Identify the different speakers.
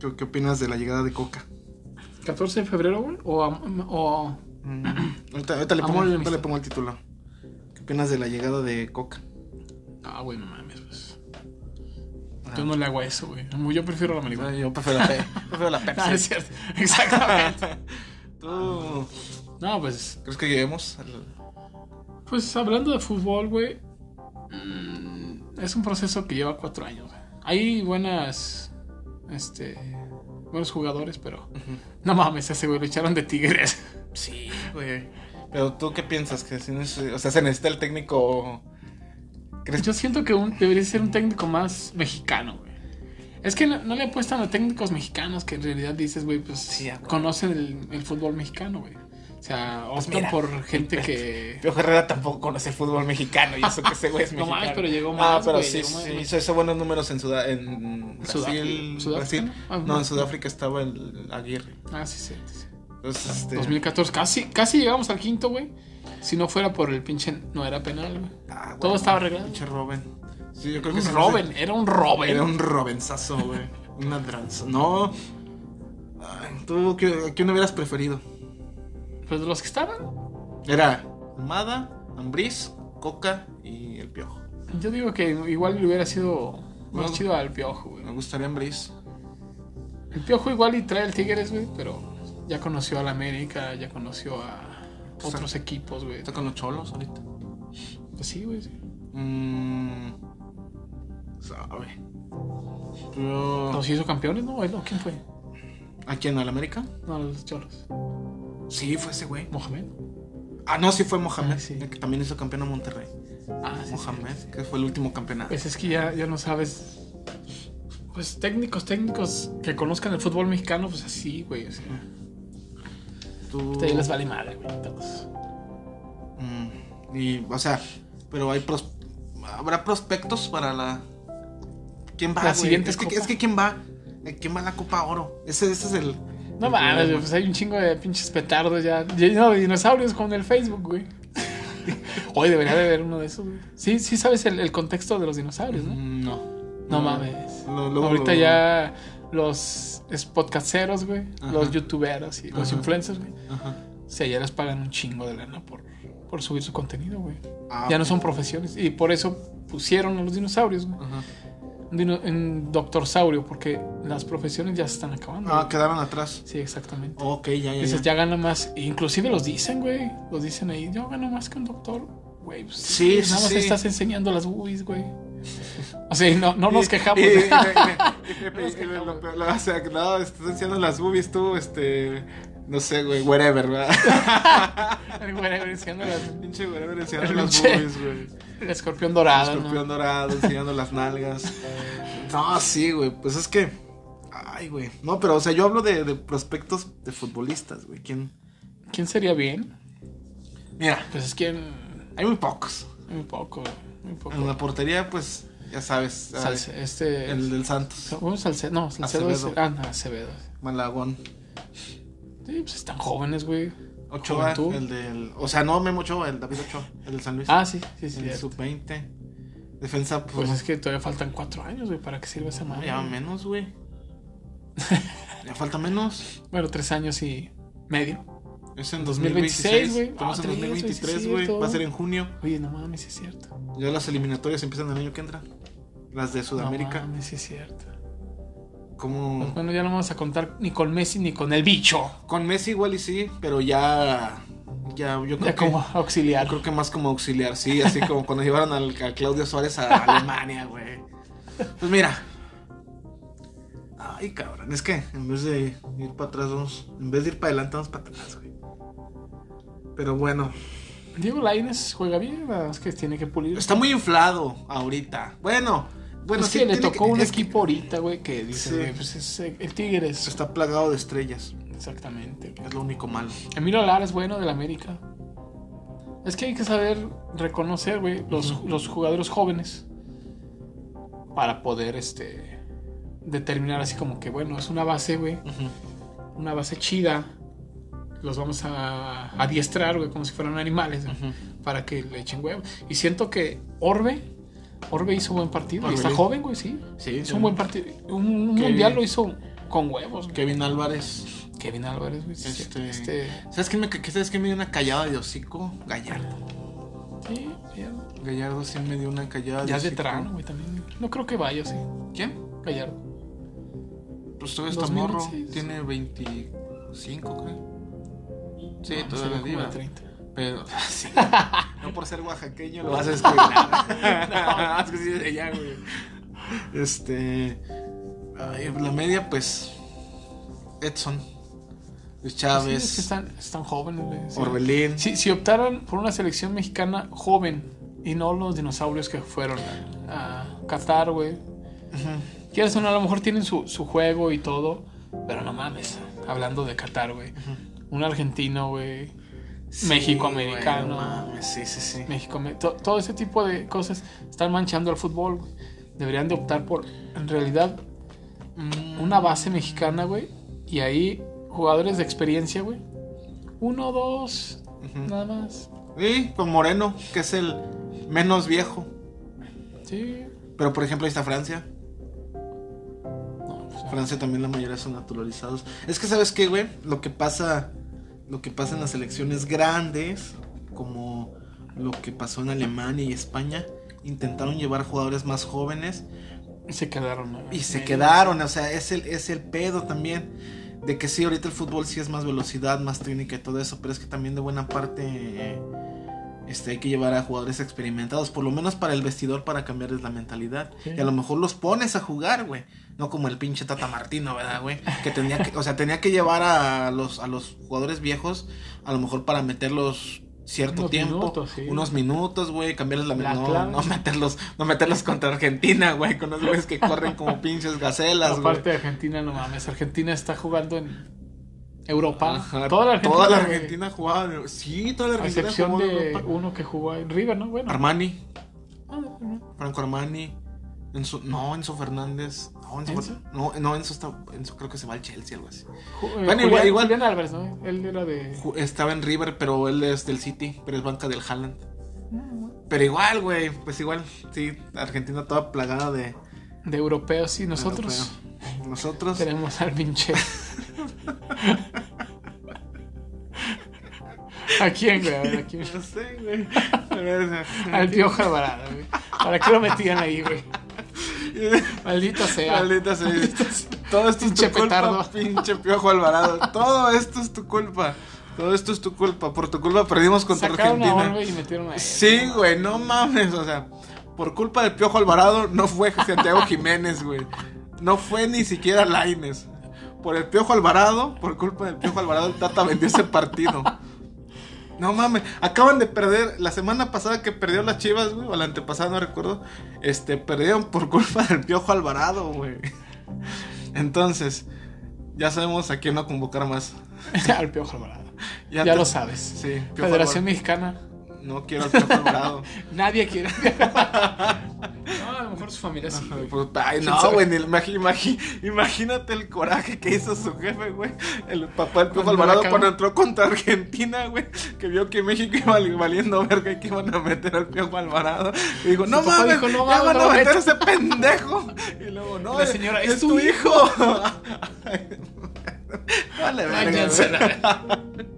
Speaker 1: ¿Qué, qué opinas de la llegada de Coca?
Speaker 2: 14 de febrero, güey. O, am- o
Speaker 1: Mm, Ahorita, ahorita le,
Speaker 2: Amor
Speaker 1: pongo, ahorita
Speaker 2: y
Speaker 1: le
Speaker 2: amistad.
Speaker 1: pongo el título. ¿Qué opinas de la llegada de Coca?
Speaker 2: No, güey, no mames. pues.
Speaker 1: Ajá.
Speaker 2: Yo no le hago a eso, güey. Yo prefiero la marihuana.
Speaker 1: Yo prefiero la, pe- prefiero la
Speaker 2: Ah, es
Speaker 1: Pepsi.
Speaker 2: cierto. Exactamente.
Speaker 1: ¿Tú
Speaker 2: No, pues.
Speaker 1: crees que lleguemos? al-
Speaker 2: Pues hablando de fútbol, güey. mm, Es un proceso que lleva cuatro años, güey. Hay buenas. Este. Buenos jugadores, pero. No mames, ese güey lo echaron de Tigres.
Speaker 1: Sí, güey. Pero tú qué piensas? que si no es- O sea, se necesita el técnico. ¿Crees
Speaker 2: Yo siento que un- debería ser un técnico más mexicano, güey. Es que no, no le apuestan a técnicos mexicanos que en realidad dices, güey, pues
Speaker 1: Sí, a huevo.
Speaker 2: conocen el, el fútbol mexicano, güey. O sea,
Speaker 1: Pues
Speaker 2: optan
Speaker 1: mira.
Speaker 2: por gente que...
Speaker 1: Pio Herrera tampoco conoce el fútbol mexicano y eso que ese güey es
Speaker 2: No
Speaker 1: mexicano.
Speaker 2: mames, pero llegó
Speaker 1: Ah,
Speaker 2: más,
Speaker 1: pero
Speaker 2: güey,
Speaker 1: sí,
Speaker 2: llegó más,
Speaker 1: sí,
Speaker 2: güey.
Speaker 1: hizo, hizo buenos números en, Suda- en Brasil.
Speaker 2: Sudáfrica. ¿Sudáfrica?
Speaker 1: Brasil.
Speaker 2: Ah,
Speaker 1: No,
Speaker 2: no.
Speaker 1: en Sudáfrica estaba el Aguirre.
Speaker 2: Ah, sí, sí, sí.
Speaker 1: Entonces, este,
Speaker 2: 2014, casi, casi llegamos al quinto, güey. Si no fuera por el pinche... No era penal, güey.
Speaker 1: ah, güey,
Speaker 2: todo estaba arreglado.
Speaker 1: Pinche Robin. Sí, yo creo que
Speaker 2: Un
Speaker 1: se me hace-
Speaker 2: Robin, era un Robin.
Speaker 1: Era un Robinsazo, güey. Una tranza. No. Ay, ¿Tú qué, quién hubieras preferido?
Speaker 2: Pues de los que estaban,
Speaker 1: Era Almada, Ambriz, Coca y el Piojo.
Speaker 2: yo digo que igual le hubiera sido más
Speaker 1: No.
Speaker 2: chido al Piojo, güey.
Speaker 1: Me gustaría Ambriz.
Speaker 2: El Piojo igual y trae el Tigres, güey, pero ya conoció al América, ya conoció a
Speaker 1: Pues
Speaker 2: otros equipos, güey.
Speaker 1: Está con los cholos ahorita.
Speaker 2: Pues sí, güey. sí.
Speaker 1: Mmm. Sabe. Pero-
Speaker 2: ¿Los hizo campeones? No, él no. ¿Quién fue?
Speaker 1: ¿A quién? ¿Al América?
Speaker 2: No, los cholos.
Speaker 1: Sí, fue ese güey.
Speaker 2: Mohamed.
Speaker 1: Ah, no, sí fue Mohamed.
Speaker 2: Ah, sí.
Speaker 1: el que también hizo campeón a Monterrey.
Speaker 2: Ah, sí. sí.
Speaker 1: Mohamed, que fue el último campeonato.
Speaker 2: Pues es que ya, ya no sabes. Pues técnicos, técnicos que conozcan el fútbol mexicano, pues así, güey. O sea,
Speaker 1: Tú-
Speaker 2: ahorita ya les vale madre, güey. a todos.
Speaker 1: Mm, y, o sea, pero hay pros- habrá prospectos para la. ¿Quién va?
Speaker 2: La
Speaker 1: güey?
Speaker 2: siguiente
Speaker 1: es, que,
Speaker 2: copa.
Speaker 1: es que ¿quién va? Eh, ¿Quién va a la Copa Oro? Ese, ese es el.
Speaker 2: No
Speaker 1: el
Speaker 2: mames, güey,
Speaker 1: problema.
Speaker 2: pues hay un chingo de pinches petardos ya. Lleno de dinosaurios con el Facebook, güey. Hoy debería de haber uno de esos, güey. Sí, sí sabes el, el contexto de los dinosaurios, ¿no?
Speaker 1: Mm, No.
Speaker 2: No mames.
Speaker 1: Lo- luego
Speaker 2: Ahorita
Speaker 1: lo-
Speaker 2: ya los es- podcasteros, güey,
Speaker 1: Ajá.
Speaker 2: los youtuberos y los
Speaker 1: Ajá.
Speaker 2: influencers, güey,
Speaker 1: Ajá.
Speaker 2: si allá les pagan un chingo de lana por, por subir su contenido, güey.
Speaker 1: Ah,
Speaker 2: Ya no
Speaker 1: ok.
Speaker 2: son profesiones. Y por eso pusieron a los dinosaurios, güey.
Speaker 1: Ajá.
Speaker 2: Un dino- un doctorsaurio, porque las profesiones ya se están acabando.
Speaker 1: Ah,
Speaker 2: güey.
Speaker 1: quedaron atrás.
Speaker 2: Sí, exactamente.
Speaker 1: Ok, ya, ya.
Speaker 2: Entonces
Speaker 1: ya.
Speaker 2: ya gana más, E inclusive los dicen, güey, los dicen ahí, yo gano más que un doctor, güey. pues,
Speaker 1: Sí,
Speaker 2: pues, Nada
Speaker 1: sí,
Speaker 2: más
Speaker 1: sí.
Speaker 2: estás enseñando las boobies, güey. O sea, y no, no nos quejamos.
Speaker 1: Y- y- y-
Speaker 2: güey.
Speaker 1: y-
Speaker 2: Nos
Speaker 1: y- y- y-
Speaker 2: quejamos.
Speaker 1: lo peor- lo- O sea, que no, estás enseñando las boobies tú, este. No sé, güey, wherever, ¿verdad?
Speaker 2: El güey enseñando las
Speaker 1: Pinche wherever enseñando
Speaker 2: El
Speaker 1: las
Speaker 2: pinche-
Speaker 1: boobies, güey.
Speaker 2: El escorpión dorado,
Speaker 1: Escorpión
Speaker 2: ¿no?
Speaker 1: dorado, enseñando las nalgas. No, sí, güey. Pues es que. Ay, güey. No, pero, o sea, yo hablo de, de prospectos de futbolistas, güey. ¿Quién?
Speaker 2: ¿Quién sería bien?
Speaker 1: Mira,
Speaker 2: Pues es quien...
Speaker 1: hay muy pocos.
Speaker 2: Muy poco, güey, muy poco.
Speaker 1: En la portería, pues, ya sabes. ah,
Speaker 2: Salce- este...
Speaker 1: El del Santos.
Speaker 2: ¿Cómo? Salce- No, Salcedo es-
Speaker 1: Acevedo.
Speaker 2: Ah, no, Acevedo.
Speaker 1: Malagón.
Speaker 2: Sí, pues están jóvenes, güey.
Speaker 1: Ochoa,
Speaker 2: Juventud.
Speaker 1: el del. O sea, no Memo Ochoa, el David Ochoa, el del San Luis.
Speaker 2: Ah, sí, sí, sí.
Speaker 1: el
Speaker 2: ya.
Speaker 1: sub-20. Defensa, pues.
Speaker 2: Pues es que todavía faltan cuatro años, güey, para que sirva esa madre.
Speaker 1: ya menos, güey. ya falta menos.
Speaker 2: Bueno, tres años y medio.
Speaker 1: Es en
Speaker 2: 2026,
Speaker 1: 2026,
Speaker 2: güey.
Speaker 1: güey. Estamos
Speaker 2: Ah,
Speaker 1: en
Speaker 2: tres, güey, sí es
Speaker 1: 2023, güey.
Speaker 2: cierto.
Speaker 1: Va a ser en junio.
Speaker 2: Oye, no mames, sí es cierto. No
Speaker 1: Ya las eliminatorias empiezan el año que entra. Las de Sudamérica.
Speaker 2: mames, sí es cierto. Pues
Speaker 1: como
Speaker 2: bueno, ya no vamos a contar ni con Messi ni con el bicho.
Speaker 1: con Messi igual y sí, pero ya ya yo creo que
Speaker 2: Ya como
Speaker 1: yo
Speaker 2: auxiliar.
Speaker 1: creo que más como auxiliar, sí, así como cuando llevaron al a Claudio Suárez a Alemania, güey. Pues mira. Ay, cabrón, es que en vez de ir para atrás vamos, en vez de ir para adelante vamos para atrás, güey. Pero bueno,
Speaker 2: Diego Lainez juega bien, nada más que tiene que pulir.
Speaker 1: está muy inflado ahorita. Bueno, bueno,
Speaker 2: es
Speaker 1: sí,
Speaker 2: que Pues le
Speaker 1: tiene
Speaker 2: tocó un
Speaker 1: es que
Speaker 2: equipo ahorita, güey, que dice,
Speaker 1: Sí.
Speaker 2: güey, pues es eh, el Tigres.
Speaker 1: está plagado de estrellas,
Speaker 2: Exactamente. güey.
Speaker 1: es lo único malo.
Speaker 2: Emilio Lara es bueno del América. Es que hay que saber reconocer, güey, los, los jugadores jóvenes para poder, este, determinar así como que, bueno, es una base, güey,
Speaker 1: Ujú.
Speaker 2: una base chida. Los vamos a adiestrar, güey, como si fueran animales, güey, para que le echen huevo. Y siento que Orbe, Orbe hizo buen partido. Y está
Speaker 1: Orbelín.
Speaker 2: joven, güey, sí.
Speaker 1: Sí,
Speaker 2: Hizo
Speaker 1: sí.
Speaker 2: un buen partido. Un, un
Speaker 1: Que-
Speaker 2: mundial lo hizo Con huevos, güey.
Speaker 1: Kevin Álvarez.
Speaker 2: Kevin Álvarez, güey. sí, cierto.
Speaker 1: Este,
Speaker 2: Este.
Speaker 1: ¿Sabes quién me, ca- ¿Sabes quién me dio una callada de hocico? Gallardo.
Speaker 2: Sí, Gallardo.
Speaker 1: Gallardo sí me dio una callada
Speaker 2: Ya es
Speaker 1: de
Speaker 2: veterano, güey, también. No creo que vaya, sí.
Speaker 1: ¿Quién?
Speaker 2: Gallardo.
Speaker 1: Pues todavía está
Speaker 2: 2006.
Speaker 1: morro. Tiene 25, creo. Sí,
Speaker 2: No,
Speaker 1: todavía
Speaker 2: se ve como
Speaker 1: viva.
Speaker 2: de 30.
Speaker 1: Pero sí. No por ser oaxaqueño lo vas a descuidar. Ah, es que sí, de allá, güey. Este. ay, la media, pues. Edson. Luis
Speaker 2: Sí,
Speaker 1: Chávez.
Speaker 2: es que están, están jóvenes, güey. sí.
Speaker 1: Orbelín.
Speaker 2: Si, si optaran por una selección mexicana joven y no los dinosaurios que fueron a Qatar, güey.
Speaker 1: Ujú.
Speaker 2: Quieres o no, a lo mejor tienen su, su juego y todo, pero no mames. Hablando de Qatar, güey. Un argentino, güey.
Speaker 1: Sí,
Speaker 2: México-americano.
Speaker 1: güey, no mames, sí, sí, sí.
Speaker 2: México, me- to- todo ese tipo de cosas están manchando al fútbol, güey. Deberían de optar por, en realidad,
Speaker 1: Mm,
Speaker 2: una base mexicana, güey. Y ahí jugadores de experiencia, güey. Uno, dos,
Speaker 1: ujú.
Speaker 2: nada más.
Speaker 1: Y con Moreno, que es el menos viejo.
Speaker 2: Sí.
Speaker 1: Pero por ejemplo, ahí está Francia.
Speaker 2: No, pues,
Speaker 1: Francia también la mayoría son naturalizados. Es que sabes qué, güey, lo que pasa, lo que pasa en las elecciones grandes, como lo que pasó en Alemania y España, intentaron llevar jugadores más jóvenes
Speaker 2: y se quedaron. güey.
Speaker 1: y
Speaker 2: Eh,
Speaker 1: se quedaron. O sea, es el, es el pedo también. De que sí, ahorita el fútbol sí es más velocidad, más técnica y todo eso, pero es que también de buena parte eh, este, hay que llevar a jugadores experimentados, por lo menos para el vestidor, para cambiarles la mentalidad.
Speaker 2: Sí.
Speaker 1: Y a lo mejor los pones a jugar, güey. No como el pinche Tata Martino, ¿verdad, güey? Que tenía que, o sea, tenía que llevar a los, a los jugadores viejos, a lo mejor para meterlos cierto
Speaker 2: Unos
Speaker 1: tiempo,
Speaker 2: minutos, sí.
Speaker 1: unos minutos, güey, cambiarles la,
Speaker 2: La
Speaker 1: mentalidad
Speaker 2: clave.
Speaker 1: no meterlos, no meterlos contra Argentina, güey, con los güeyes que corren como pinches gacelas, güey.
Speaker 2: Aparte de Argentina, no mames. Argentina está jugando en Europa.
Speaker 1: Ajá,
Speaker 2: toda la Argentina.
Speaker 1: toda la
Speaker 2: güey.
Speaker 1: Argentina jugaba, en- sí, toda la
Speaker 2: A
Speaker 1: Argentina
Speaker 2: excepción
Speaker 1: jugó en
Speaker 2: de
Speaker 1: Europa.
Speaker 2: uno que jugó en River, ¿no? Bueno.
Speaker 1: Armani,
Speaker 2: Ah, no.
Speaker 1: Franco Armani, Enzo- no, Enzo Fernández, no, Enzo,
Speaker 2: ¿Enzo?
Speaker 1: no, no, Enzo está, Enzo creo que se va al Chelsea, algo así.
Speaker 2: Ju- eh,
Speaker 1: Bueno, igual-
Speaker 2: Julián,
Speaker 1: igual-
Speaker 2: Julián Álvarez, ¿no? Él era de.
Speaker 1: Ju- Estaba en River, pero él es del City, pero es banca del Haaland.
Speaker 2: Mm,
Speaker 1: Pero igual, güey, pues igual, sí, Argentina toda plagada de
Speaker 2: De europeos, y nosotros.
Speaker 1: europeo. Nosotros
Speaker 2: Tenemos al pinche. ¿A quién, güey? A ver, ¿a quién?
Speaker 1: No sé, güey. A ver,
Speaker 2: Al Piojo Alvarado, güey. ¿Para qué lo metían ahí, güey? Maldito sea.
Speaker 1: Maldita sea. Todo esto
Speaker 2: Pinche
Speaker 1: es tu culpa,
Speaker 2: petardo.
Speaker 1: pinche piojo Alvarado. Todo esto es tu culpa. Todo esto es tu culpa. Por tu culpa perdimos contra
Speaker 2: Sacaron a
Speaker 1: Argentina.
Speaker 2: Orbe y metieron a él.
Speaker 1: Sí,
Speaker 2: No,
Speaker 1: güey, no mames. O sea, por culpa del piojo Alvarado no fue Santiago Jiménez, güey. No fue ni siquiera Laines. Por el piojo Alvarado, por culpa del piojo Alvarado, el Tata vendió ese partido. No mames, acaban de perder la semana pasada que perdió las Chivas, güey, o la antepasada, no recuerdo. Este, perdieron por culpa del Piojo Alvarado, güey. Entonces, ya sabemos a quién no convocar más.
Speaker 2: al Piojo Alvarado. Ya,
Speaker 1: te-
Speaker 2: lo sabes.
Speaker 1: Sí, Piojo
Speaker 2: Federación
Speaker 1: Alvarado.
Speaker 2: Mexicana.
Speaker 1: No quiero al Piojo Alvarado.
Speaker 2: Nadie quiere. no, a lo mejor su familia sí. güey.
Speaker 1: Pues, ay,
Speaker 2: ¿Quién
Speaker 1: no,
Speaker 2: sabe?
Speaker 1: güey, ni- imagi- imagi- imagínate el coraje que hizo su jefe, güey. El papá del Piojo
Speaker 2: Cuando
Speaker 1: Alvarado
Speaker 2: la
Speaker 1: cuando
Speaker 2: cagó.
Speaker 1: entró contra Argentina, güey, que vio que México iba li- valiendo verga y que iban a meter al Piojo Alvarado. Y dijo, no
Speaker 2: papá
Speaker 1: mames,
Speaker 2: dijo, "No
Speaker 1: ya
Speaker 2: mames,
Speaker 1: van
Speaker 2: no
Speaker 1: a
Speaker 2: lo
Speaker 1: meter a
Speaker 2: meto".
Speaker 1: ese pendejo. Y luego, no,
Speaker 2: La
Speaker 1: es-
Speaker 2: señora,
Speaker 1: es, tu hijo. Ay, vale, verga,
Speaker 2: Váyanse a
Speaker 1: güey.
Speaker 2: la-